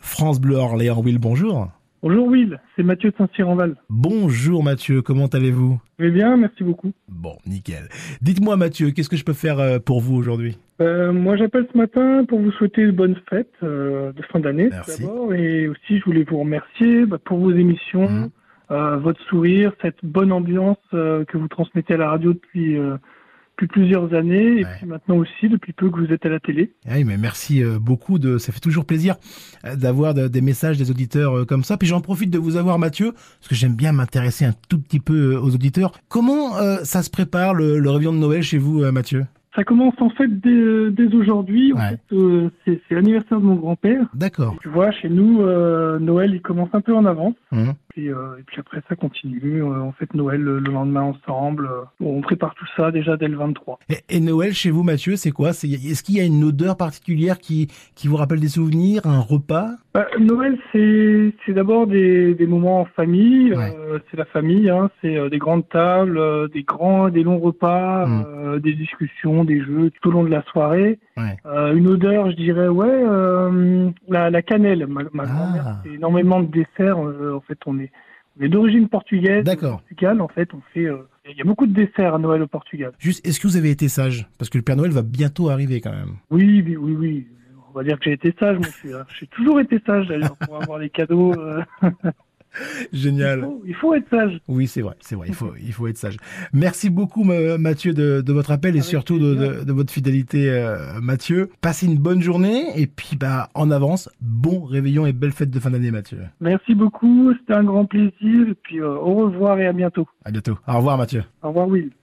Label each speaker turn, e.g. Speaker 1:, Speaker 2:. Speaker 1: France Bleu Orléans. Will, bonjour.
Speaker 2: Bonjour Will, c'est Mathieu de Saint-Cyranval.
Speaker 1: Bonjour Mathieu, comment allez-vous
Speaker 2: Eh bien, merci beaucoup.
Speaker 1: Bon, nickel. Dites-moi Mathieu, qu'est-ce que je peux faire euh, pour vous aujourd'hui
Speaker 2: Euh, moi, j'appelle ce matin pour vous souhaiter une bonne fête euh, de fin d'année
Speaker 1: Merci.
Speaker 2: tout d'abord, et aussi je voulais vous remercier bah, pour vos émissions,
Speaker 1: Mhm.
Speaker 2: euh, votre sourire, cette bonne ambiance euh, que vous transmettez à la radio depuis, euh, depuis plusieurs années, et
Speaker 1: Ouais.
Speaker 2: puis maintenant aussi depuis peu que vous êtes à la télé.
Speaker 1: Ah Oui, mais merci euh, beaucoup. De... Ça fait toujours plaisir euh, d'avoir de- des messages des auditeurs euh, comme ça. Puis j'en profite de vous avoir, Mathieu, parce que j'aime bien m'intéresser un tout petit peu euh, aux auditeurs. Comment euh, ça se prépare le, le réveillon de Noël chez vous, euh, Mathieu
Speaker 2: Ça commence en fait dès, euh, dès aujourd'hui. En
Speaker 1: Ouais.
Speaker 2: fait, euh, c'est c'est l'anniversaire de mon grand-père.
Speaker 1: D'accord.
Speaker 2: Tu vois, chez nous, euh, Noël, il commence un peu en avance.
Speaker 1: Hum.
Speaker 2: Puis, euh, et puis après, ça continue. Euh, on fête Noël le, le lendemain ensemble. Euh, on prépare tout ça déjà dès le 23.
Speaker 1: Et, et Noël chez vous, Mathieu, c'est quoi C'est- Est-ce qu'il y a une odeur particulière qui, qui vous rappelle des souvenirs, un repas
Speaker 2: Bah, Noël, c'est c'est d'abord des, des moments en famille.
Speaker 1: Ouais.
Speaker 2: Euh, c'est la famille. Hein, c'est euh, des grandes tables, euh, des grands, et des longs repas,
Speaker 1: Mm.
Speaker 2: euh, des discussions, des jeux tout au long de la soirée.
Speaker 1: Ouais.
Speaker 2: Euh, une odeur, je dirais, ouais, euh, la, la cannelle. Ma,
Speaker 1: Ah.
Speaker 2: ma grand-mère, c'est énormément de desserts. Euh, en fait, on est, on est d'origine portugaise.
Speaker 1: D'accord.
Speaker 2: Portugal, en fait, on fait. euh, Il y a beaucoup de desserts à Noël au Portugal.
Speaker 1: Juste, est-ce que vous avez été sage Parce que le Père Noël va bientôt arriver quand même.
Speaker 2: Oui, oui, oui, oui. On va dire que j'ai été sage, mon fils. hein. J'ai toujours été sage, d'ailleurs, pour avoir les cadeaux. euh, il,
Speaker 1: Génial.
Speaker 2: faut, il faut être sage.
Speaker 1: Oui, c'est vrai, c'est vrai. Il faut, il faut être sage. Merci beaucoup, Ma- Mathieu, de, de votre appel et
Speaker 2: Avec
Speaker 1: surtout de,
Speaker 2: plaisir.
Speaker 1: de- de votre fidélité, euh, Mathieu. Passez une bonne journée et puis, bah, en avance, bon réveillon et belle fête de fin d'année, Mathieu.
Speaker 2: Merci beaucoup, c'était un grand plaisir. Et puis, euh, au revoir et à bientôt.
Speaker 1: À bientôt. Au revoir, Mathieu.
Speaker 2: Au revoir, Will.